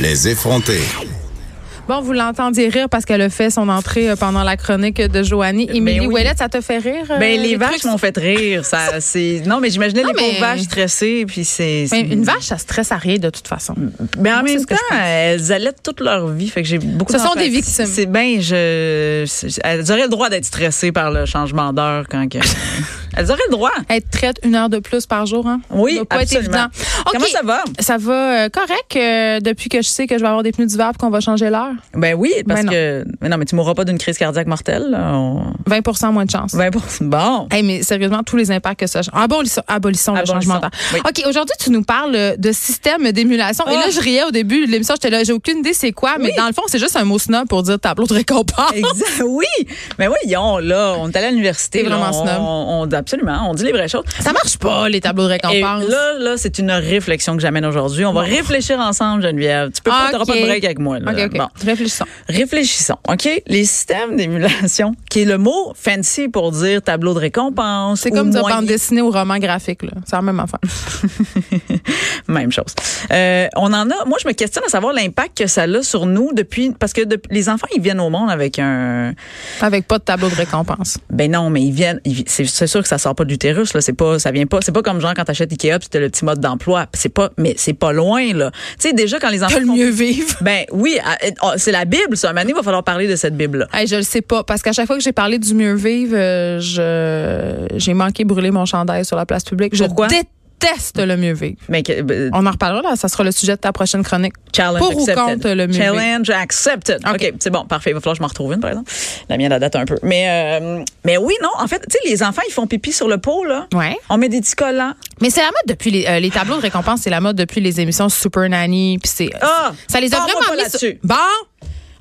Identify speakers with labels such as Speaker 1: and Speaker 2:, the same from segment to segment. Speaker 1: Les effronter.
Speaker 2: Bon, vous l'entendiez rire parce qu'elle a fait son entrée euh, pendant la chronique de Joanie. Émilie
Speaker 3: Ben oui.
Speaker 2: Ouellet, ça te fait rire? euh,
Speaker 3: Ben,
Speaker 2: trucs?
Speaker 3: les vaches m'ont fait rire. Ça, c'est... Non, mais j'imaginais
Speaker 2: Non,
Speaker 3: les pauvres
Speaker 2: mais-
Speaker 3: vaches stressées, puis c'est. c'est-
Speaker 2: Ben, une vache, ça stresse à rien de toute façon.
Speaker 3: Mm. Mais en
Speaker 2: c'est
Speaker 3: même
Speaker 2: ce que
Speaker 3: temps,
Speaker 2: je pense.
Speaker 3: elles allaitent toute leur vie. Fait que j'ai beaucoup
Speaker 2: Ce sont
Speaker 3: d'empathie.
Speaker 2: des victimes.
Speaker 3: C'est bien, je. c'est- Elles auraient le droit d'être stressées par le changement d'heure quand. que- elles auraient le droit.
Speaker 2: Être traite une heure de plus par jour, hein?
Speaker 3: Oui,
Speaker 2: Ça doit pas
Speaker 3: absolument.
Speaker 2: être évident. OK.
Speaker 3: Comment ça va?
Speaker 2: Ça va euh, correct euh, depuis que je sais que je vais avoir des pneus d'hiver et qu'on va changer l'heure?
Speaker 3: Ben oui, parce
Speaker 2: Ben non.
Speaker 3: que. Mais non, mais tu mourras pas d'une crise cardiaque mortelle. là. On-
Speaker 2: 20 moins de chance.
Speaker 3: Ben bon. bon.
Speaker 2: Hey, mais sérieusement, tous les impacts que ça. Abolissons, abolissons le
Speaker 3: Abolissons,
Speaker 2: changement d'heure.
Speaker 3: oui.
Speaker 2: OK, aujourd'hui, tu nous parles euh, de système d'émulation. Et
Speaker 3: Oh.
Speaker 2: là, je riais au début de l'émission. J'étais là, j'ai aucune idée c'est quoi, mais dans le fond, c'est juste un mot snob pour dire tableau de récompense.
Speaker 3: Exact. Oui. Mais voyons, là, on est allé à l'université.
Speaker 2: T'es
Speaker 3: là,
Speaker 2: vraiment
Speaker 3: on-
Speaker 2: snob.
Speaker 3: on- on- absolument. On dit les vraies choses.
Speaker 2: Ça marche pas, les tableaux de
Speaker 3: Et
Speaker 2: récompense.
Speaker 3: là, là, c'est une réflexion que j'amène aujourd'hui. On va réfléchir ensemble, Geneviève. Tu peux pas, t'auras pas de
Speaker 2: OK.
Speaker 3: break avec moi. là.
Speaker 2: OK, OK.
Speaker 3: Bon.
Speaker 2: Réfléchissons.
Speaker 3: Réfléchissons, OK? Les systèmes d'émulation, qui est le mot fancy pour dire tableau de récompense.
Speaker 2: C'est
Speaker 3: ou
Speaker 2: comme dire
Speaker 3: moyen-
Speaker 2: bande dessinée ou roman graphique, là. C'est la même affaire.
Speaker 3: Même chose. Euh, on en a. Moi, je me questionne à savoir l'impact que ça a sur nous depuis. Parce que depuis- les enfants, ils viennent au monde avec un.
Speaker 2: Avec pas de tableau de récompense.
Speaker 3: Ben non, mais ils viennent. ils vi- c'est, c'est sûr que ça sort pas de l'utérus là. C'est pas, ça vient pas. C'est pas comme genre quand t'achètes Ikea, puis t'as le petit mode d'emploi. C'est pas, mais c'est pas loin là. Tu sais déjà quand les enfants.
Speaker 2: Que le
Speaker 3: sont-
Speaker 2: mieux vivre.
Speaker 3: Ben oui, à- à- c'est la Bible. Ça, un moment donné, il va falloir parler de cette Bible là.
Speaker 2: Hey, je le sais pas, parce qu'à chaque fois que j'ai parlé du mieux vivre, euh, je j'ai manqué brûler mon chandail sur la place publique. Je
Speaker 3: Pourquoi?
Speaker 2: déteste le mieux vivre.
Speaker 3: Mais que- ben,
Speaker 2: On en reparlera, là. ça sera le sujet de ta prochaine chronique.
Speaker 3: Challenge
Speaker 2: Oh, Pour ou
Speaker 3: accepted.
Speaker 2: contre le mieux
Speaker 3: Challenge accepted. OK,
Speaker 2: OK.
Speaker 3: c'est bon, parfait. Il va falloir que je m'en retrouve une, par exemple. La mienne, la date un peu. Mais, euh, mais oui, non, en fait, tu sais, les enfants, ils font pipi sur le pot, là.
Speaker 2: Ouais.
Speaker 3: On met des petits collants.
Speaker 2: Mais c'est la mode depuis les, euh, les tableaux de récompense, c'est la mode depuis les émissions Super Nanny, puis c'est
Speaker 3: Ah!
Speaker 2: ça les a
Speaker 3: Parle-moi
Speaker 2: vraiment
Speaker 3: pas
Speaker 2: mis sur-
Speaker 3: là-dessus.
Speaker 2: Bon,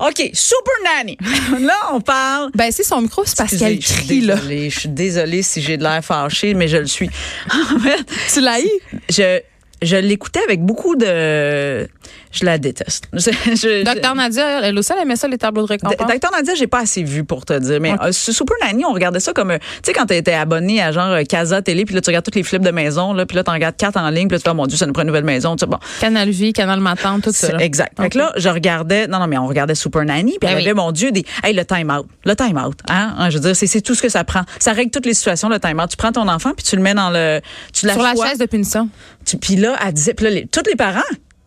Speaker 3: OK, super nanny. là, on parle.
Speaker 2: ben c'est son micro, c'est parce
Speaker 3: Excusez,
Speaker 2: qu'elle
Speaker 3: je suis
Speaker 2: crie là.
Speaker 3: désolée, Je suis désolée si j'ai de l'air fâchée, mais je le suis. En fait,
Speaker 2: Tu l'as eu?
Speaker 3: je, je l'écoutais avec beaucoup de... Je la déteste. Je- je-
Speaker 2: Docteur Nadia, elle aussi elle aimait ça les tableaux de récompense.
Speaker 3: Docteur Nadia, j'ai pas assez vu pour te dire, mais
Speaker 2: Ok.
Speaker 3: euh, sur Super Nanny, on regardait ça comme, euh, tu sais, quand t'étais abonné à genre euh, Casa Télé, puis là, tu regardes toutes les flips de maison, là, puis là, t'en regardes quatre en ligne, puis là, tu fais, Ah, mon Dieu, ça nous prend une nouvelle maison, tu sais, bon.
Speaker 2: Canal Vie, Canal Matin, tout ça.
Speaker 3: C'est-
Speaker 2: là.
Speaker 3: Exact. Fait que
Speaker 2: Ok.
Speaker 3: là, je regardais, non, non, mais on regardait Super Nanny, puis
Speaker 2: Ben
Speaker 3: elle
Speaker 2: oui.
Speaker 3: avait, mon Dieu, des, hey, le time out, le time out, hein, Hein, je veux dire, c'est- c'est tout ce que ça prend. Ça règle toutes les situations, le time out. Tu prends ton enfant, puis tu le mets dans le, tu
Speaker 2: Sur la
Speaker 3: l'assois,
Speaker 2: chaise de punition.
Speaker 3: tu- Puis là, elle disait, puis là, les- tous les parents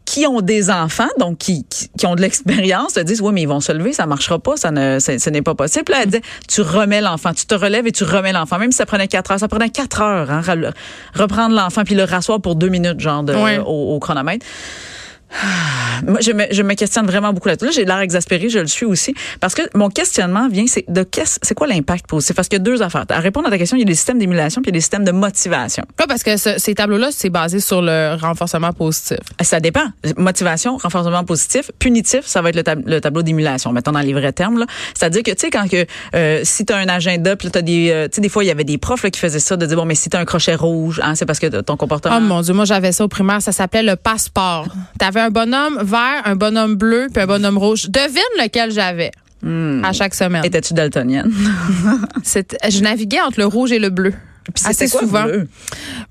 Speaker 3: qui ont des enfants, donc qui, qui, qui ont de l'expérience, te disent, oui, mais ils vont se lever, ça marchera pas, ça ne, c'est- ce n'est pas possible. Puis Là, elle disait, tu remets l'enfant, tu te relèves et tu remets l'enfant, même si ça prenait quatre heures, ça prenait quatre heures, hein, ra- reprendre l'enfant puis le rasseoir pour deux minutes, genre, de-
Speaker 2: Ouais.
Speaker 3: au, au chronomètre. Ah, Moi, je me, je me questionne vraiment beaucoup là-dessus. Là, j'ai l'air exaspérée, je le suis aussi, parce que mon questionnement vient, c'est de qu'est-ce, c'est quoi l'impact positif? Parce qu'il y a deux affaires. À répondre à ta question, il y a des systèmes d'émulation puis il y a des systèmes de motivation.
Speaker 2: Pas parce que ce- ces tableaux-là, c'est basé sur le renforcement positif.
Speaker 3: Ça dépend. Motivation, renforcement positif, punitif, ça va être le, tab- le tableau d'émulation. Mettons dans les vrais termes là, c'est-à-dire que tu sais quand que euh, si t'as un agenda, puis là, t'as des, euh, tu sais des fois il y avait des profs là, qui faisaient ça de dire bon mais si t'as un crochet rouge, hein, c'est parce que t- ton comportement.
Speaker 2: Oh mon Dieu, moi j'avais ça au primaire, ça s'appelait le passeport. T'avais un bonhomme vert, un bonhomme bleu, puis un bonhomme rouge. Devine lequel j'avais
Speaker 3: Hmm.
Speaker 2: à chaque semaine.
Speaker 3: Étais-tu daltonienne?
Speaker 2: C'était- Je naviguais entre le rouge et le bleu.
Speaker 3: Puis
Speaker 2: Assez
Speaker 3: c'était quoi,
Speaker 2: souvent.
Speaker 3: bleu?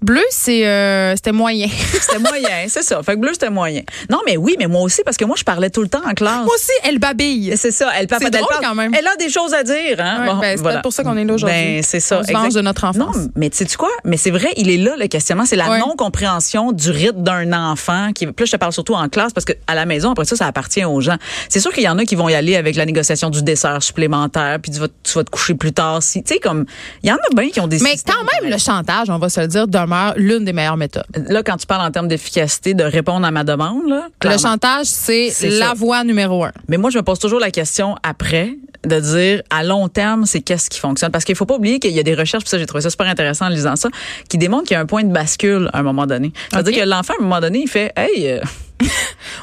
Speaker 2: Bleu, c'est euh, c'était moyen.
Speaker 3: C'était moyen, c'est ça. Fait que bleu, c'était moyen. Non, mais oui, mais moi aussi, parce que moi, je parlais tout le temps en classe.
Speaker 2: moi aussi, elle babille.
Speaker 3: C'est ça, elle parle
Speaker 2: C'est
Speaker 3: elle
Speaker 2: drôle
Speaker 3: parle-
Speaker 2: quand même.
Speaker 3: Elle a des choses à dire, hein.
Speaker 2: Ouais, ben, c'est pour ça qu'on est là aujourd'hui.
Speaker 3: Ben, c'est ça.
Speaker 2: On se venge
Speaker 3: exact.
Speaker 2: de notre enfance.
Speaker 3: Non, mais sais tu quoi? Mais c'est vrai, il est là, le questionnement. C'est la
Speaker 2: Ouais.
Speaker 3: non-compréhension du rythme d'un enfant. Qui... Puis là, je te parle surtout en classe parce que à la maison, après ça, ça appartient aux gens. C'est sûr qu'il y en a qui vont y aller avec la négociation du dessert supplémentaire, puis tu vas, tu vas te coucher plus tard. Si, tu sais, comme, il y en a bien qui ont des
Speaker 2: Mais
Speaker 3: systèmes
Speaker 2: quand même, le chantage, on va se le dire, demeure l'une des meilleures méthodes.
Speaker 3: Là, quand tu parles en termes d'efficacité, de répondre à ma demande, là.
Speaker 2: Le
Speaker 3: clairement.
Speaker 2: chantage, c'est
Speaker 3: C'est
Speaker 2: la
Speaker 3: ça.
Speaker 2: voie numéro un.
Speaker 3: Mais moi, je me pose toujours la question après de dire à long terme, c'est qu'est-ce qui fonctionne. Parce qu'il faut pas oublier qu'il y a des recherches, puis ça, j'ai trouvé ça super intéressant en lisant ça, qui démontrent qu'il y a un point de bascule à un moment donné. C'est-à-dire
Speaker 2: Ok.
Speaker 3: que l'enfant, à un moment donné, il fait, hey, euh,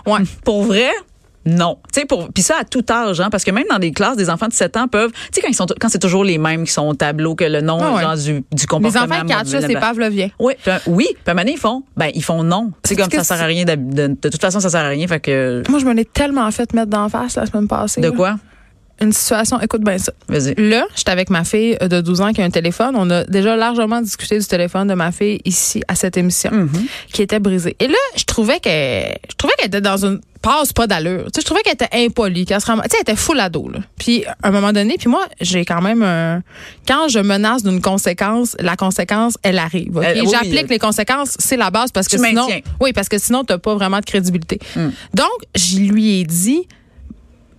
Speaker 2: Ouais.
Speaker 3: pour vrai, Non. Tu sais pour puis ça à tout âge hein, parce que même dans des classes des enfants de 7 ans peuvent tu sais quand ils sont quand c'est toujours les mêmes qui sont au tableau que le nom
Speaker 2: Ah ouais.
Speaker 3: genre, du du
Speaker 2: Les
Speaker 3: comportement.
Speaker 2: enfants catchent ça, c'est
Speaker 3: blablabla.
Speaker 2: Pavlovien.
Speaker 3: Oui, puis, euh, oui, puis à un moment donné, ils font, ben, ils font non. C'est comme
Speaker 2: que
Speaker 3: ça sert à rien. d'hab- De, de toute façon, ça sert à rien. Fait que,
Speaker 2: Moi, je me l'ai tellement fait mettre d'en face la semaine passée.
Speaker 3: de
Speaker 2: là.
Speaker 3: quoi?
Speaker 2: Une situation, écoute bien ça.
Speaker 3: Vas-y.
Speaker 2: Là, j'étais avec ma fille euh, de 12 ans qui a un téléphone. On a déjà largement discuté du téléphone de ma fille ici à cette émission
Speaker 3: Mm-hmm.
Speaker 2: qui était brisée. Et là, je trouvais qu'elle je trouvais qu'elle était dans une passe pas d'allure. Tu sais, je trouvais qu'elle était impolie, qu'elle se ram- tu sais, elle était full ado là. Puis à un moment donné, puis moi, j'ai quand même un- quand je menace d'une conséquence, la conséquence elle arrive. ok?
Speaker 3: Elle- Euh, oui,
Speaker 2: J'applique
Speaker 3: oui.
Speaker 2: les conséquences, c'est la base parce que
Speaker 3: Tu
Speaker 2: sinon
Speaker 3: maintiens. Mm.
Speaker 2: oui, parce que sinon t'as pas vraiment de crédibilité. Donc, je lui ai dit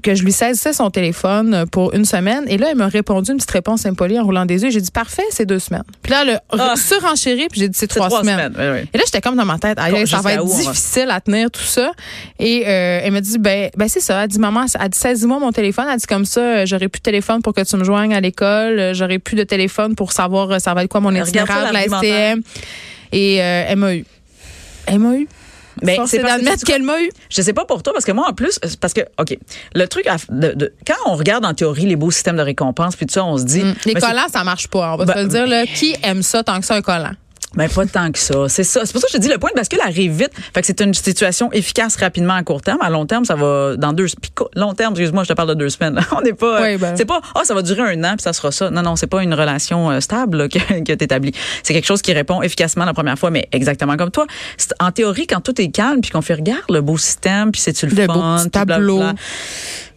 Speaker 2: que je lui saisissais son téléphone euh, pour une semaine. Et là, elle m'a répondu une petite réponse impolie en roulant des yeux. J'ai dit, parfait, c'est deux semaines. Puis là, elle a
Speaker 3: Ah.
Speaker 2: surenchéri, puis j'ai dit, c'est
Speaker 3: C'est
Speaker 2: trois, semaines.
Speaker 3: Oui, oui.
Speaker 2: Et là, j'étais comme dans ma tête, aïe, aïe, ça va
Speaker 3: Jusqu'à
Speaker 2: être
Speaker 3: où hein? on va?
Speaker 2: difficile à tenir tout ça. Et euh, elle m'a dit, ben, ben c'est ça. Elle dit, maman, elle dit, saisis-moi mon téléphone. Elle dit, comme ça, euh, j'aurais plus de téléphone pour que tu me joignes à l'école. Euh, J'aurais plus de téléphone pour savoir euh, ça va être quoi mon
Speaker 3: Regarde ça,
Speaker 2: itinéraire, de la
Speaker 3: l'argumentaire.
Speaker 2: STM. Et euh, elle m'a eu. Elle m'a eu.
Speaker 3: Mais
Speaker 2: Force
Speaker 3: Ben, c'est
Speaker 2: est
Speaker 3: parce que
Speaker 2: d'admettre
Speaker 3: c'est du-
Speaker 2: qu'elle m'a eu.
Speaker 3: Je sais pas pour toi, parce que moi, en plus, c'est parce que, OK, le truc, à- de- de- quand on regarde en théorie les beaux systèmes de récompense, puis tout ça, on se dit.
Speaker 2: Mm. Les
Speaker 3: mais c'est-
Speaker 2: collants, ça marche pas. On va
Speaker 3: Ben,
Speaker 2: te le dire, là. Qui aime ça tant que ça, un collant?
Speaker 3: Mais pas tant que ça. C'est ça. C'est pour ça que je te dis le point de bascule arrive vite. Fait que c'est une situation efficace rapidement à court terme. À long terme, ça va dans deux puis co- long terme, excuse-moi, je te parle de deux semaines. On n'est pas euh,
Speaker 2: Oui, ben.
Speaker 3: c'est pas ah ça va durer un an puis ça sera ça. Non non, c'est pas une relation euh, stable là, que que t'établis. C'est quelque chose qui répond efficacement la première fois mais exactement comme toi. C'est- En théorie quand tout est calme puis qu'on fait regarde le beau système puis c'est tu le
Speaker 2: Le
Speaker 3: fun,
Speaker 2: beau petit
Speaker 3: puis blablabla,
Speaker 2: tableau.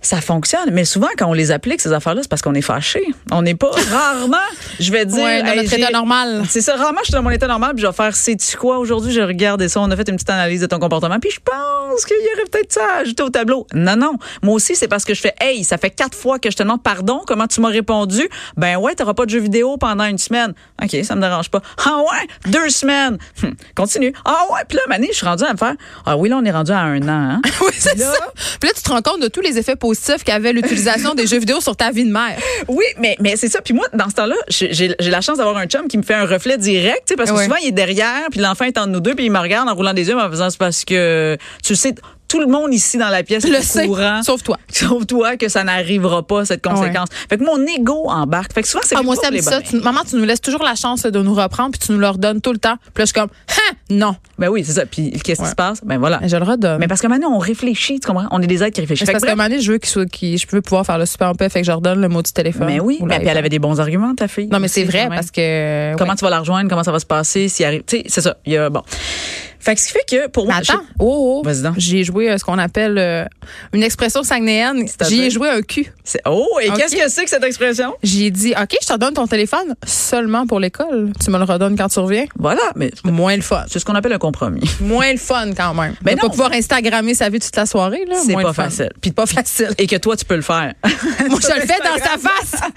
Speaker 3: ça fonctionne, mais souvent quand on les applique ces affaires-là, c'est parce qu'on est fâché. On n'est pas rarement, je vais dire,
Speaker 2: Ouais, dans
Speaker 3: Hey,
Speaker 2: notre
Speaker 3: j'ai-
Speaker 2: état normal.
Speaker 3: c'est ça. Rarement, je suis dans mon état normal, puis je vais faire, sais-tu quoi, aujourd'hui, je regarde ça, on a fait une petite analyse de ton comportement, puis je pense qu'il y aurait peut-être ça à ajouter au tableau. Non, non. Moi aussi, c'est parce que je fais, hey, ça fait quatre fois que je te demande pardon, comment tu m'as répondu? Ben ouais, t'auras pas de jeu vidéo pendant une semaine. OK, ça me dérange pas. Ah ouais, deux semaines. Hum, continue. Ah ouais, puis là, Mané, je suis rendue à me faire, ah oui, là, on est rendu à un an, hein?
Speaker 2: Oui, c'est ça. Puis là, tu te rends compte de tous les effets positifs qu'avait l'utilisation des jeux vidéo sur ta vie de mère.
Speaker 3: Oui, mais, mais c'est ça. Puis moi, dans ce temps-là, j'ai j'ai- j'ai la chance d'avoir un chum qui me fait un reflet direct, tu sais, parce que
Speaker 2: Ouais.
Speaker 3: souvent, il est derrière, puis l'enfant est entre nous deux, puis il me regarde en roulant des yeux, mais en faisant, c'est parce que, tu le sais, tout le monde ici dans la pièce
Speaker 2: Le
Speaker 3: est
Speaker 2: sais,
Speaker 3: au courant.
Speaker 2: sauf toi.
Speaker 3: Sauf toi, que ça n'arrivera pas, cette conséquence. Fait que mon ego embarque. Fait que souvent, c'est
Speaker 2: Ah,
Speaker 3: le
Speaker 2: moi,
Speaker 3: couple,
Speaker 2: ça me dit
Speaker 3: les
Speaker 2: ça.
Speaker 3: bonnes-
Speaker 2: Tu- maman, tu nous laisses toujours la chance de nous reprendre, puis tu nous le redonnes tout le temps. Puis là, je suis comme, hein, non.
Speaker 3: Ben oui, c'est ça. Puis qu'est-ce qui
Speaker 2: Ouais.
Speaker 3: se passe? Ben voilà.
Speaker 2: Mais je le redonne.
Speaker 3: Mais parce que maintenant, on réfléchit, tu comprends? On est des êtres qui réfléchissent.
Speaker 2: c'est
Speaker 3: Fait
Speaker 2: parce
Speaker 3: que
Speaker 2: qu'à un
Speaker 3: bref,
Speaker 2: moment donné, je veux qu'il soit, qu'il- je veux pouvoir faire le super en paix, fait que je redonne le mot du téléphone.
Speaker 3: mais ben oui,
Speaker 2: Ou
Speaker 3: mais puis elle
Speaker 2: l'iPhone.
Speaker 3: avait des bons arguments, ta fille.
Speaker 2: Non, mais c'est
Speaker 3: aussi,
Speaker 2: vrai,
Speaker 3: quand même.
Speaker 2: parce que.
Speaker 3: Comment
Speaker 2: ouais.
Speaker 3: tu vas la rejoindre? Comment ça va se passer? S'il arrive, tu sais, c'est ça. Il y a, bon. Fait que ce qui fait que pour
Speaker 2: Mais
Speaker 3: moi, je-
Speaker 2: attends, oh, oh.
Speaker 3: Vas-y donc.
Speaker 2: j'ai joué euh, ce qu'on appelle euh, une expression sagnéenne.
Speaker 3: C'est-à-dire?
Speaker 2: J'y ai joué un cul.
Speaker 3: C'est- Oh, et
Speaker 2: Ok.
Speaker 3: qu'est-ce que c'est que cette expression?
Speaker 2: J'ai dit, OK, je te donne ton téléphone seulement pour l'école. Tu me le redonnes quand tu reviens.
Speaker 3: Voilà, mais
Speaker 2: Moins le fun.
Speaker 3: c'est ce qu'on appelle un compromis.
Speaker 2: Moins le fun quand même.
Speaker 3: Mais
Speaker 2: Mais pas
Speaker 3: non.
Speaker 2: pouvoir Instagrammer sa vie toute la soirée. là.
Speaker 3: C'est
Speaker 2: moins
Speaker 3: pas
Speaker 2: le fun.
Speaker 3: facile.
Speaker 2: Puis pas facile.
Speaker 3: Et que toi, tu peux le faire.
Speaker 2: Moi, je le fais dans sa face.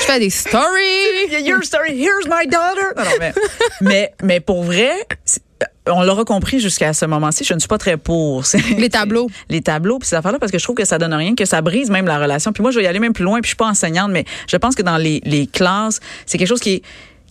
Speaker 2: Je fais des stories.
Speaker 3: Your story, here's my daughter. Non, non, mais, mais, mais pour vrai, c'est- on l'aura compris jusqu'à ce moment-ci, je ne suis pas très pour. C'est-
Speaker 2: Les tableaux.
Speaker 3: Les tableaux, puis ces affaires-là, parce que je trouve que ça donne rien, que ça brise même la relation. Puis moi, je vais y aller même plus loin, puis je suis pas enseignante, mais je pense que dans les, les classes, c'est quelque chose qui est-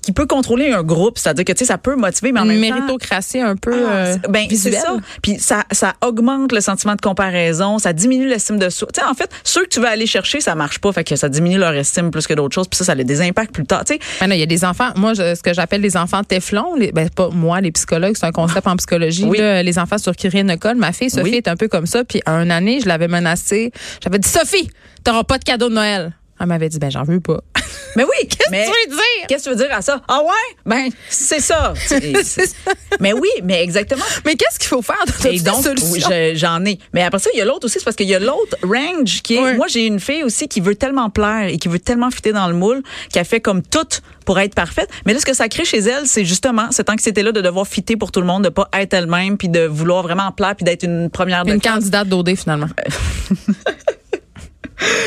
Speaker 3: qui peut contrôler un groupe, c'est-à-dire que tu sais ça peut motiver mais en
Speaker 2: Une
Speaker 3: même temps
Speaker 2: méritocratie un peu
Speaker 3: Ah,
Speaker 2: euh,
Speaker 3: c'est- ben, c'est
Speaker 2: visuelle.
Speaker 3: ça. Puis ça, ça augmente le sentiment de comparaison, ça diminue l'estime de soi. Tu sais, en fait, ceux que tu vas aller chercher, ça marche pas, fait que ça diminue leur estime plus que d'autres choses, puis ça, ça les des impacts plus tard. Tu sais,
Speaker 2: Ben non, il y a des enfants, moi, je- ce que j'appelle les enfants Teflon, les, ben, pas moi, les psychologues, c'est un concept en psychologie,
Speaker 3: Oui.
Speaker 2: là, les enfants sur qui rien ne colle. Ma fille, Sophie,
Speaker 3: Oui.
Speaker 2: est un peu comme ça. Puis, à une année, je l'avais menacée. J'avais dit, Sophie, t'auras pas de cadeau de Noël. Elle m'avait dit, ben, j'en veux pas.
Speaker 3: Mais oui, qu'est-ce
Speaker 2: tu veux dire?
Speaker 3: Qu'est-ce que tu veux dire à ça Ah ouais Ben c'est ça. C'est- c'est- mais oui, mais exactement.
Speaker 2: mais qu'est-ce qu'il faut faire?
Speaker 3: Et donc, oui, je- j'en ai. Mais après ça, il y a l'autre aussi, c'est parce qu'il y a l'autre range qui est.
Speaker 2: Oui.
Speaker 3: Moi, j'ai une fille aussi qui veut tellement plaire et qui veut tellement fitter dans le moule, qui a fait comme toute pour être parfaite. Mais là, ce que ça crée chez elle, c'est justement cette anxiété-là de devoir fitter pour tout le monde, de pas être elle-même, puis de vouloir vraiment plaire, puis d'être une première de
Speaker 2: Une candidate d'OD, finalement.
Speaker 3: Euh,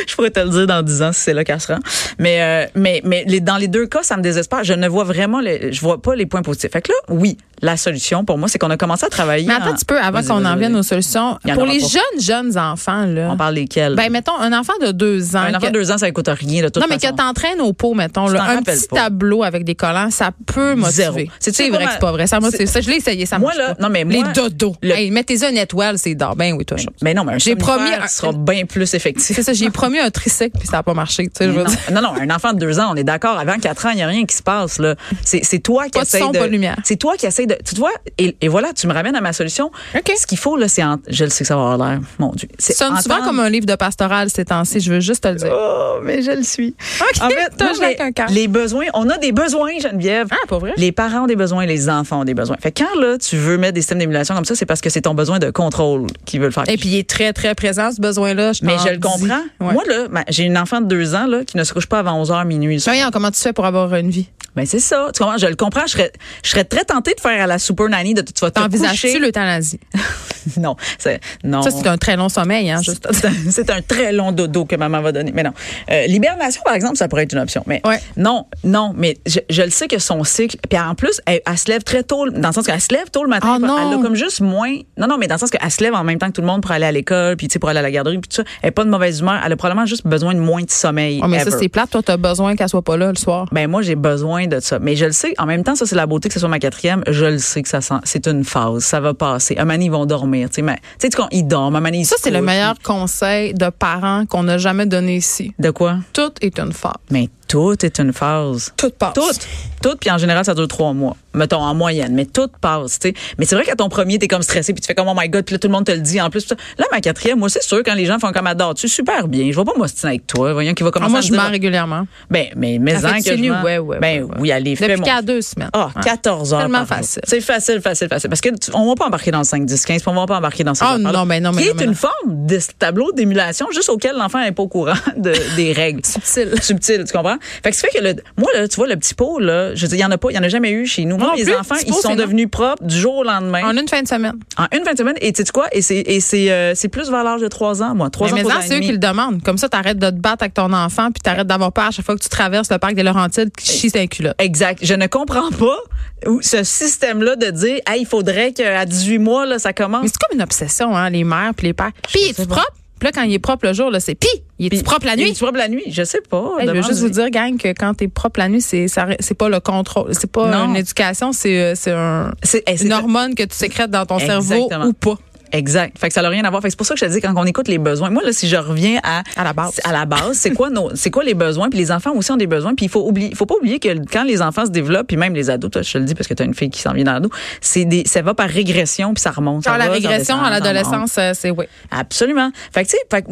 Speaker 3: je pourrais te le dire dans 10 ans si c'est là qu'elle se rend. Mais, euh, mais, mais les, dans les deux cas, ça me désespère. Je ne vois vraiment, les, je vois pas les points positifs. Fait que là, oui, la solution pour moi, c'est qu'on a commencé à travailler.
Speaker 2: Mais attends un petit peu avant
Speaker 3: Vas-y,
Speaker 2: qu'on
Speaker 3: vas-y,
Speaker 2: en
Speaker 3: vas-y.
Speaker 2: vienne aux solutions.
Speaker 3: Il y en
Speaker 2: Pour
Speaker 3: aura
Speaker 2: les
Speaker 3: pas.
Speaker 2: jeunes, jeunes enfants, là.
Speaker 3: On parle desquels?
Speaker 2: Ben, mettons, un enfant de deux ans.
Speaker 3: un enfant
Speaker 2: que-
Speaker 3: de deux ans, ça ne coûte rien. De toute
Speaker 2: non, mais que
Speaker 3: façon.
Speaker 2: t'entraînes au pot, mettons,
Speaker 3: Je
Speaker 2: là,
Speaker 3: m'en
Speaker 2: un
Speaker 3: rappelle
Speaker 2: petit
Speaker 3: pas.
Speaker 2: tableau avec des collants, ça peut
Speaker 3: Zéro.
Speaker 2: motiver.
Speaker 3: C'est-
Speaker 2: C'est
Speaker 3: c'est
Speaker 2: vrai
Speaker 3: vraiment-
Speaker 2: que c'est pas vrai. Ça, moi, c'est- ça, je l'ai essayé, ça
Speaker 3: Moi,
Speaker 2: marche
Speaker 3: là,
Speaker 2: pas.
Speaker 3: non, mais
Speaker 2: Les
Speaker 3: moi,
Speaker 2: dodos.
Speaker 3: le-
Speaker 2: Hey, mettez-en une étoile, c'est d'or. Ben oui, toi, chose.
Speaker 3: Mais non, mais un
Speaker 2: J'ai
Speaker 3: somnifère
Speaker 2: promis un-
Speaker 3: sera bien plus effectif.
Speaker 2: C'est ça, j'ai promis un tricycle, puis ça n'a pas marché, tu sais, je veux
Speaker 3: Non,
Speaker 2: dire.
Speaker 3: non, non, un enfant de deux ans, on est d'accord. Avant quatre ans, il n'y a rien qui se passe. Là. C'est, c'est toi qui
Speaker 2: Pas de
Speaker 3: essaie
Speaker 2: son, pas de lumière.
Speaker 3: C'est toi qui essaie de. Tu te vois, et, et voilà, tu me ramènes à ma solution.
Speaker 2: OK.
Speaker 3: Ce qu'il faut, là, c'est. en- je le sais que ça va avoir l'air. Mon Dieu. C'est
Speaker 2: Ça sonne souvent
Speaker 3: entendre-
Speaker 2: comme un livre de pastoral ces temps-ci, je veux juste te le dire.
Speaker 3: Oh, mais je le suis.
Speaker 2: OK,
Speaker 3: En fait,
Speaker 2: t'as
Speaker 3: non,
Speaker 2: joué
Speaker 3: mais
Speaker 2: avec un cœur.
Speaker 3: les besoins, on a des besoins, Geneviève.
Speaker 2: Ah, pas vrai?
Speaker 3: Les parents ont des besoins, les enfants ont des besoins. Fait que quand là, tu veux mettre des systèmes d'émulation comme ça, c'est parce que c'est ton besoin de contrôle qui veut le faire.
Speaker 2: Et puis, il est très, très présent, ce besoin-là. Je
Speaker 3: mais
Speaker 2: t'en
Speaker 3: je le
Speaker 2: dis.
Speaker 3: comprends.
Speaker 2: Ouais.
Speaker 3: Moi, là, ma- j'ai une enfant de deux ans là, qui ne se couche pas avant 11h minuit. le soir.
Speaker 2: Voyons, comment tu fais pour avoir une vie?
Speaker 3: Ben, c'est ça. Tu comprends? Je le comprends. Je serais, je serais très tentée de faire à la super nanny de tu vas te
Speaker 2: T'envisages-tu
Speaker 3: coucher.
Speaker 2: l'euthanasie?
Speaker 3: Non. C'est, non.
Speaker 2: Ça, c'est un très long sommeil, hein, juste.
Speaker 3: C'est un- c'est un très long dodo que maman va donner. Mais non. Euh, L'hibernation, par exemple, ça pourrait être une option. Mais
Speaker 2: Ouais.
Speaker 3: non, non, mais je, je le sais que son cycle. Puis en plus, elle, elle se lève très tôt, dans le sens qu'elle se lève tôt le matin.
Speaker 2: Ah
Speaker 3: puis
Speaker 2: non.
Speaker 3: Elle a comme juste moins. Non, non, mais dans le sens qu'elle se lève en même temps que tout le monde pour aller à l'école, puis tu sais, pour aller à la garderie, puis tout ça. Elle n'est pas de mauvaise humeur. Elle a probablement juste besoin de moins de sommeil.
Speaker 2: Oh, mais ça,
Speaker 3: ever.
Speaker 2: c'est plate. Toi, t'as besoin qu'elle soit pas là le soir.
Speaker 3: ben moi j'ai besoin de ça. Mais je le sais, en même temps, ça c'est la beauté que ce soit ma quatrième, je le sais que ça sent, c'est une phase, ça va passer. Un moment, ils vont dormir, tu sais, mais tu sais quand ils dorment, un moment, ils
Speaker 2: Ça,
Speaker 3: se
Speaker 2: c'est le
Speaker 3: couchent.
Speaker 2: meilleur conseil de parents qu'on n'a jamais donné ici.
Speaker 3: De quoi
Speaker 2: Tout est une phase.
Speaker 3: Mais tout est une phase.
Speaker 2: Tout passe.
Speaker 3: Tout, tout, puis en général, ça dure trois mois, mettons en moyenne, mais tout passe, tu sais. Mais c'est vrai qu'à ton premier, t'es comme stressé, puis tu fais comme oh my god, puis là tout le monde te le dit en plus. Là, ma quatrième, moi c'est sûr quand les gens font comme adore, tu super bien, je vais pas m'ostiner avec toi, voyons qui va
Speaker 2: Ah,
Speaker 3: commencer
Speaker 2: moi,
Speaker 3: à me
Speaker 2: je
Speaker 3: dire-
Speaker 2: mens régulièrement.
Speaker 3: Ben, mais mais
Speaker 2: Ça fait
Speaker 3: que je
Speaker 2: nu,
Speaker 3: mens.
Speaker 2: ouais, ouais.
Speaker 3: Ben
Speaker 2: ouais, ouais.
Speaker 3: oui, allez, fais
Speaker 2: Depuis
Speaker 3: mon-
Speaker 2: qu'il y a deux semaines.
Speaker 3: Ah,
Speaker 2: Ouais.
Speaker 3: 14 heures.
Speaker 2: Tellement
Speaker 3: par jour.
Speaker 2: facile.
Speaker 3: C'est facile, facile, facile. Parce que tu- on va pas embarquer dans le 5, 10, 15, puis on va pas embarquer dans ces
Speaker 2: Ah,
Speaker 3: affaires-là,
Speaker 2: non, mais non, mais
Speaker 3: Qui
Speaker 2: non,
Speaker 3: est
Speaker 2: mais
Speaker 3: une
Speaker 2: non.
Speaker 3: forme de ce tableau d'émulation juste auquel l'enfant n'est pas au courant de- des règles. Subtil. Subtil, tu comprends? Fait que ça fait que le, moi, là, tu vois, le petit pot, là, je veux dire, il y en a pas, il y en a jamais eu chez nous. Moi,
Speaker 2: non
Speaker 3: les
Speaker 2: plus, le
Speaker 3: enfants,
Speaker 2: petit
Speaker 3: ils
Speaker 2: pot,
Speaker 3: sont
Speaker 2: c'est non.
Speaker 3: devenus propres du jour au lendemain.
Speaker 2: En une fin de semaine.
Speaker 3: En une fin de semaine. Et tu sais quoi? Et c'est, et c'est, euh, c'est plus vers l'âge de 3 ans, moi. 3
Speaker 2: Mais
Speaker 3: ans,
Speaker 2: maintenant,
Speaker 3: trois ans et
Speaker 2: c'est eux
Speaker 3: demi.
Speaker 2: qui le demandent. Comme ça, t'arrêtes de te battre avec ton enfant, puis t'arrêtes d'avoir peur à chaque fois que tu traverses le parc des Laurentides qui chie un culotte.
Speaker 3: Exact. Je ne comprends pas où ce système-là de dire, hey, il faudrait qu'à 18 mois, là, ça
Speaker 2: Mais
Speaker 3: commence.
Speaker 2: c'est comme une obsession, hein, les mères puis les pères. Puis, il est propre? Puis là, quand il est propre le jour, là, c'est pis. Il est
Speaker 3: Puis-
Speaker 2: propre la
Speaker 3: puis
Speaker 2: nuit?
Speaker 3: Tu propre la nuit, je sais pas.
Speaker 2: Hey, je veux
Speaker 3: demande-
Speaker 2: juste vous dire, gang, que quand t'es propre la nuit, c'est ça- c'est pas le contrôle, c'est pas
Speaker 3: Non.
Speaker 2: une éducation, c'est euh, c'est un-
Speaker 3: C'est eh, c'est-
Speaker 2: une hormone que tu sécrètes dans ton
Speaker 3: Exactement.
Speaker 2: cerveau ou pas.
Speaker 3: Exact. Fait que ça n'a rien à voir. Fait que c'est pour ça que je te dis quand on écoute les besoins. Moi là, si je reviens à
Speaker 2: À la base.
Speaker 3: à la base, c'est quoi nos, c'est quoi les besoins Puis les enfants aussi ont des besoins. Puis il faut oublier, faut pas oublier que quand les enfants se développent, puis même les ados, toi, je te le dis parce que tu as une fille qui s'en vient dans l'ado, c'est des, ça va par régression puis ça remonte.
Speaker 2: Genre
Speaker 3: ça
Speaker 2: la
Speaker 3: va, ça
Speaker 2: régression
Speaker 3: redescend,
Speaker 2: à
Speaker 3: ça remonte.
Speaker 2: l'adolescence, euh, c'est oui.
Speaker 3: Absolument. Fait que, tu sais, fait que,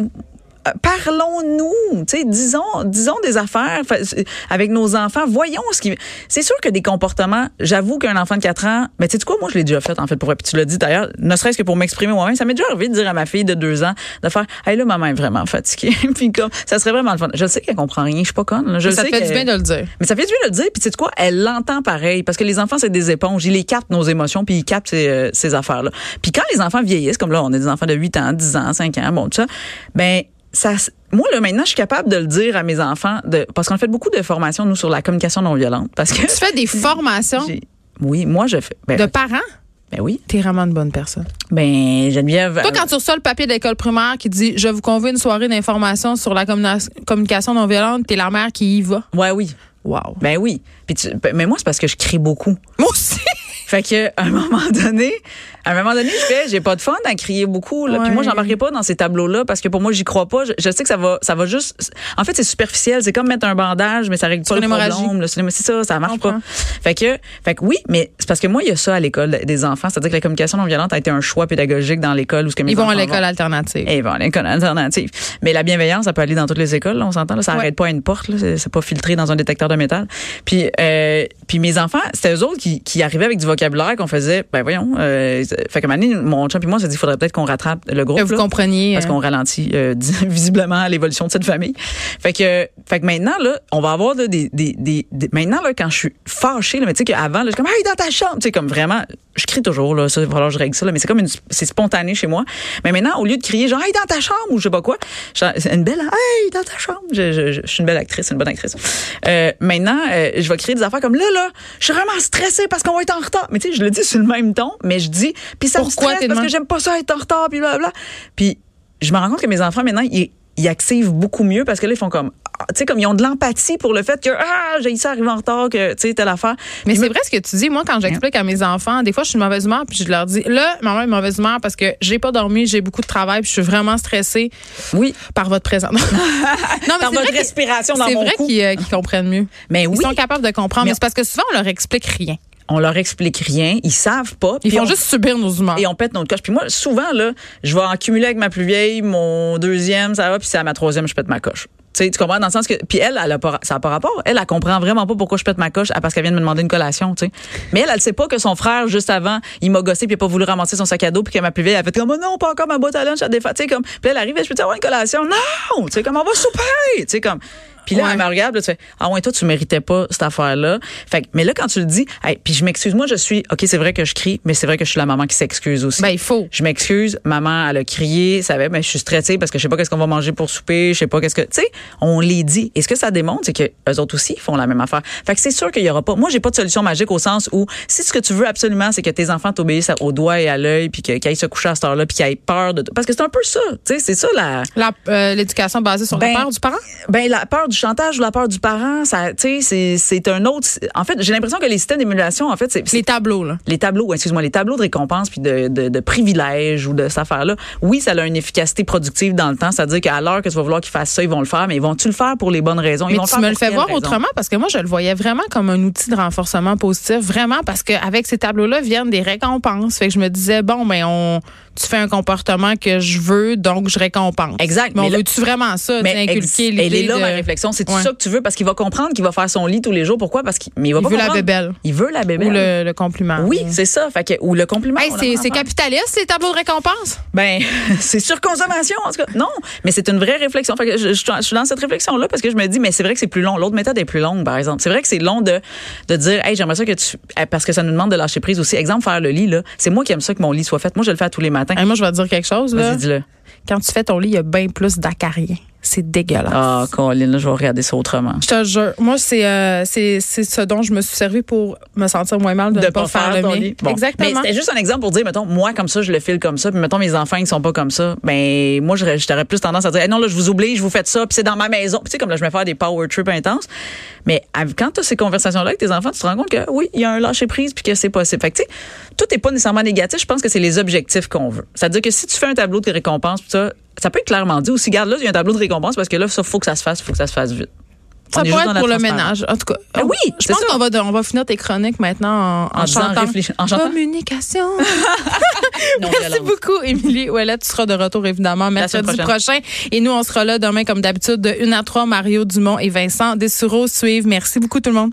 Speaker 3: euh, Parlons-nous, tu sais, disons, disons des affaires fa- euh, avec nos enfants. Voyons ce qui. C'est sûr que des comportements. J'avoue qu'un enfant de 4 ans, mais tu sais quoi, moi je l'ai déjà fait en fait pour vrai. Puis tu l'as dit d'ailleurs, ne serait-ce que pour m'exprimer moi-même, ça m'est déjà arrivé de dire à ma fille de 2 ans de faire, hey là maman est vraiment fatiguée. Puis comme ça serait vraiment le fun. Je sais qu'elle comprend rien, je suis pas conne. là. Je
Speaker 2: Ça
Speaker 3: sais
Speaker 2: te fait du
Speaker 3: qu'elle-
Speaker 2: bien de le dire.
Speaker 3: mais ça fait du bien de le dire, puis tu sais de quoi, elle l'entend pareil, parce que les enfants, c'est des éponges, ils les captent nos émotions, puis ils captent ces, euh, ces affaires-là. Puis quand les enfants vieillissent, comme là, on a des enfants de 8 ans, 10 ans, 5 ans, bon, tout ça, ben ça, s- moi, là, maintenant, je suis capable de le dire à mes enfants, de, parce qu'on fait beaucoup de formations, nous, sur la communication non violente, parce que...
Speaker 2: Tu fais des formations
Speaker 3: j'ai- Oui, moi, je fais... Ben,
Speaker 2: de parents,
Speaker 3: ben oui.
Speaker 2: t'es vraiment une bonne personne.
Speaker 3: Ben, Geneviève...
Speaker 2: Toi, quand tu reçois le papier de l'école primaire qui dit Je vous convie à une soirée d'information sur la communa- communication non violente, t'es la mère qui y va.
Speaker 3: euh, Ouais, oui.
Speaker 2: Wow.
Speaker 3: Ben oui. Puis tu- ben, mais moi, c'est parce que je crie beaucoup.
Speaker 2: Moi aussi.
Speaker 3: Fait que à un moment donné, à un moment donné, je fais j'ai pas de fun à crier beaucoup là. Puis
Speaker 2: Ouais.
Speaker 3: moi j'embarquerai pas dans ces tableaux là parce que pour moi j'y crois pas. Je, je sais que ça va ça va juste en fait c'est superficiel, c'est comme mettre un bandage mais ça règle pas
Speaker 2: une
Speaker 3: le
Speaker 2: hémorragie.
Speaker 3: problème. là. C'est mais c'est ça, ça marche pas.
Speaker 2: Comprends.
Speaker 3: Fait que fait que oui, mais c'est parce que moi il y a ça à l'école des enfants, c'est-à-dire que la communication non violente a été un choix pédagogique dans l'école où ce que mes
Speaker 2: Ils vont
Speaker 3: enfants
Speaker 2: à l'école alternative.
Speaker 3: et ils vont à l'école alternative. Mais la bienveillance, ça peut aller dans toutes les écoles, là, on s'entend. là, Ça
Speaker 2: Ouais.
Speaker 3: n'arrête pas à une porte, là, c'est c'est pas filtré dans un détecteur de métal. Puis, euh, puis mes enfants, c'était eux autres qui, qui arrivaient avec du vocabulaire qu'on faisait, ben voyons. Euh, fait que maintenant, mon chum et moi, on s'est dit, il faudrait peut-être qu'on rattrape le groupe.
Speaker 2: Que vous
Speaker 3: là.
Speaker 2: compreniez.
Speaker 3: Parce
Speaker 2: euh,
Speaker 3: qu'on ralentit euh, visiblement l'évolution de cette famille. Fait que, fait que maintenant là, on va avoir là, des, des, des, des- maintenant là quand je suis fâchée, là, mais tu sais qu'avant là, je suis comme hey dans ta chambre, tu sais comme vraiment, je crie toujours là, ça va falloir que je règle ça là, mais c'est comme une, c'est spontané chez moi. Mais maintenant au lieu de crier genre hey dans ta chambre ou je sais pas quoi, je- c'est une belle hein, hey dans ta chambre, je, je- je- je suis une belle actrice, une bonne actrice. Euh, maintenant euh, je vais crier des affaires comme là là, je suis vraiment stressée parce qu'on va être en retard. retard. Mais tu sais, je le dis sur le même ton, mais je dis, puis ça
Speaker 2: Pourquoi
Speaker 3: me
Speaker 2: t'es de
Speaker 3: stresse parce que
Speaker 2: même?
Speaker 3: j'aime pas ça être en retard, puis blablabla. Puis je me rends compte que mes enfants, maintenant, ils, ils activent beaucoup mieux parce que là, ils font comme, ah, tu sais, comme ils ont de l'empathie pour le fait que, ah, j'ai ça arriver en retard, que, tu sais, telle affaire.
Speaker 2: Mais
Speaker 3: Puis
Speaker 2: c'est vrai ce que tu dis. Moi, quand j'explique à mes enfants, des fois, je suis de mauvaise humeur, puis je leur dis, là, maman est de mauvaise humeur parce que j'ai pas dormi, j'ai beaucoup de travail, puis je suis vraiment stressée
Speaker 3: Oui.
Speaker 2: par votre présence. non, mais
Speaker 3: Par
Speaker 2: c'est
Speaker 3: votre
Speaker 2: vrai que-
Speaker 3: respiration dans
Speaker 2: C'est
Speaker 3: mon
Speaker 2: vrai
Speaker 3: cou.
Speaker 2: qu'ils euh, qu'ils comprennent mieux.
Speaker 3: Mais oui.
Speaker 2: Ils sont capables de comprendre.
Speaker 3: Mais-
Speaker 2: Mais, c'est parce que souvent, on leur explique rien.
Speaker 3: On leur explique rien, ils savent pas.
Speaker 2: Ils
Speaker 3: puis
Speaker 2: font
Speaker 3: on-
Speaker 2: juste subir nos humeurs.
Speaker 3: et on pète notre coche. Puis moi, souvent, là, je vais en cumuler avec ma plus vieille, mon deuxième, ça va, puis c'est à ma troisième, je pète ma coche. Tu sais, tu comprends dans le sens que puis elle, elle a pas, ça a pas rapport. Elle, elle comprend vraiment pas pourquoi je pète ma coche, ah, parce qu'elle vient de me demander une collation, tu sais. Mais elle, elle sait pas que son frère juste avant, il m'a gossé puis il a pas voulu ramasser son sac à dos puis que ma plus vieille elle fait comme oh non pas encore ma boîte à lunch, elle défa- tu sais comme. Puis elle arrive, elle, je peux te avoir une collation, non, tu sais comme on va souper, tu sais comme. Puis là,
Speaker 2: Ouais.
Speaker 3: elle me regarde, là, tu fais Ah ouais, toi, tu méritais pas cette affaire-là. Fait que- mais là, quand tu le dis, Hey, puis je m'excuse, moi, je suis, OK, c'est vrai que je crie, mais c'est vrai que je suis la maman qui s'excuse aussi.
Speaker 2: Ben, il faut.
Speaker 3: Je m'excuse, maman, elle a crié, ça va, mais je suis stressée parce que je sais pas qu'est-ce qu'on va manger pour souper, je sais pas qu'est-ce que. Tu sais, on les dit. Et ce que ça démontre, c'est que eux autres aussi font la même affaire. Fait que c'est sûr qu'il y aura pas. Moi, j'ai pas de solution magique au sens où si ce que tu veux absolument, c'est que tes enfants t'obéissent au doigt et à l'œil, puis que- qu'ils aillent se coucher à cette heure-là, puis qu'ils aient peur de. Parce que c'est un peu ça. Tu sais, c'est ça la.
Speaker 2: La- euh, L'éducation basée sur
Speaker 3: Ben,
Speaker 2: la peur du parent.
Speaker 3: Ben la peur du chantage ou la peur du parent, ça, tu sais, c'est- c'est un autre. En fait, j'ai l'impression que les systèmes d'émulation, en fait, c'est
Speaker 2: Les tableaux, là.
Speaker 3: les tableaux, excuse-moi, les tableaux de récompense puis de, de, de privilèges ou de cette affaire-là, oui, ça a une efficacité productive dans le temps. C'est-à-dire qu'à l'heure que tu vas vouloir qu'ils fassent ça, ils vont le faire, mais ils vont-tu le faire pour les bonnes raisons? Ils
Speaker 2: Mais
Speaker 3: vont
Speaker 2: tu
Speaker 3: faire
Speaker 2: me
Speaker 3: pour
Speaker 2: le fais
Speaker 3: quelles
Speaker 2: voir
Speaker 3: raisons?
Speaker 2: autrement parce que moi, je le voyais vraiment comme un outil de renforcement positif, vraiment, parce qu'avec ces tableaux-là viennent des récompenses. Fait que je me disais, bon, mais on, tu fais un comportement que je veux, donc je récompense.
Speaker 3: Exact,
Speaker 2: Mais,
Speaker 3: mais
Speaker 2: on
Speaker 3: là-
Speaker 2: veut-tu vraiment ça,
Speaker 3: Mais
Speaker 2: d'inculquer
Speaker 3: ex-
Speaker 2: l'idée
Speaker 3: elle est là,
Speaker 2: de-
Speaker 3: ma réflexion. C'est tout
Speaker 2: Ouais.
Speaker 3: ça que tu veux parce qu'il va comprendre qu'il va faire son lit tous les jours. Pourquoi? Parce qu'il mais il va
Speaker 2: Il
Speaker 3: pas
Speaker 2: veut la
Speaker 3: comprendre.
Speaker 2: bébelle.
Speaker 3: Il veut la
Speaker 2: Ou
Speaker 3: bébelle.
Speaker 2: le, le compliment.
Speaker 3: Oui, c'est ça. Fait que, ou le compliment.
Speaker 2: Hey,
Speaker 3: on
Speaker 2: c'est-
Speaker 3: apprend
Speaker 2: c'est
Speaker 3: à faire.
Speaker 2: capitaliste, les tableaux de récompense?
Speaker 3: Ben, c'est surconsommation, en tout cas. Non, mais c'est une vraie réflexion. Fait que je, je- je suis dans cette réflexion-là parce que je me dis, mais c'est vrai que c'est plus long. L'autre méthode est plus longue, par exemple. C'est vrai que c'est long de, de dire, hey, j'aimerais ça que tu. eh, Parce que ça nous demande de lâcher prise aussi. Exemple, faire le lit, là. C'est moi qui aime ça que mon lit soit fait. Moi, je le fais à tous les matins.
Speaker 2: Hey, moi, je vais te dire quelque chose. Hein, Là.
Speaker 3: Vas-y, dis-le.
Speaker 2: Quand tu fais ton lit, il y a bien plus d'acariens. C'est dégueulasse.
Speaker 3: Ah, Colin, là, je vais regarder ça autrement.
Speaker 2: Je te jure. Moi, c'est euh, c'est c'est ce dont je me suis servi pour me sentir moins mal de, ne pas, faire, le
Speaker 3: ton
Speaker 2: mien.
Speaker 3: lit. Bon. Mais
Speaker 2: Exactement.
Speaker 3: c'était juste un exemple pour dire, mettons, moi, comme ça, je le file comme ça, puis mettons, mes enfants, ils sont pas comme ça. Ben, moi, j'aurais j'aurais plus tendance à dire, Hey, non, là, je vous oublie, je vous fais ça, puis c'est dans ma maison. Puis, tu sais, comme là, je vais faire des power trips intenses. Mais av- quand tu as ces conversations-là avec tes enfants, tu te rends compte que oui, il y a un lâcher-prise, puis que c'est possible. Fait que, tu sais, tout n'est pas nécessairement négatif. Je pense que c'est les objectifs qu'on veut. C'est-à-dire que si tu fais un tableau de récompense, puis ça, ça peut être clairement dit aussi, garde là, il y a un tableau de récompense parce que là, ça, faut que ça se fasse, faut que ça se fasse vite.
Speaker 2: ça
Speaker 3: On est
Speaker 2: pourrait
Speaker 3: juste dans
Speaker 2: être
Speaker 3: la
Speaker 2: pour le
Speaker 3: transparence.
Speaker 2: ménage. En tout cas,
Speaker 3: Ben
Speaker 2: on-
Speaker 3: oui,
Speaker 2: je
Speaker 3: c'est
Speaker 2: pense
Speaker 3: ça.
Speaker 2: qu'on va, de- on va finir tes chroniques maintenant en, en,
Speaker 3: En disant
Speaker 2: chantant.
Speaker 3: réfléch- en chantant?
Speaker 2: Communication.
Speaker 3: Non
Speaker 2: Merci
Speaker 3: violence.
Speaker 2: beaucoup, Émilie Ouellet. Tu seras de retour, évidemment,
Speaker 3: semaine
Speaker 2: mercredi prochain. Et nous, on sera là demain, comme d'habitude, de 1 à 3. Mario Dumont et Vincent Dessureau suivent. Merci beaucoup, tout le monde.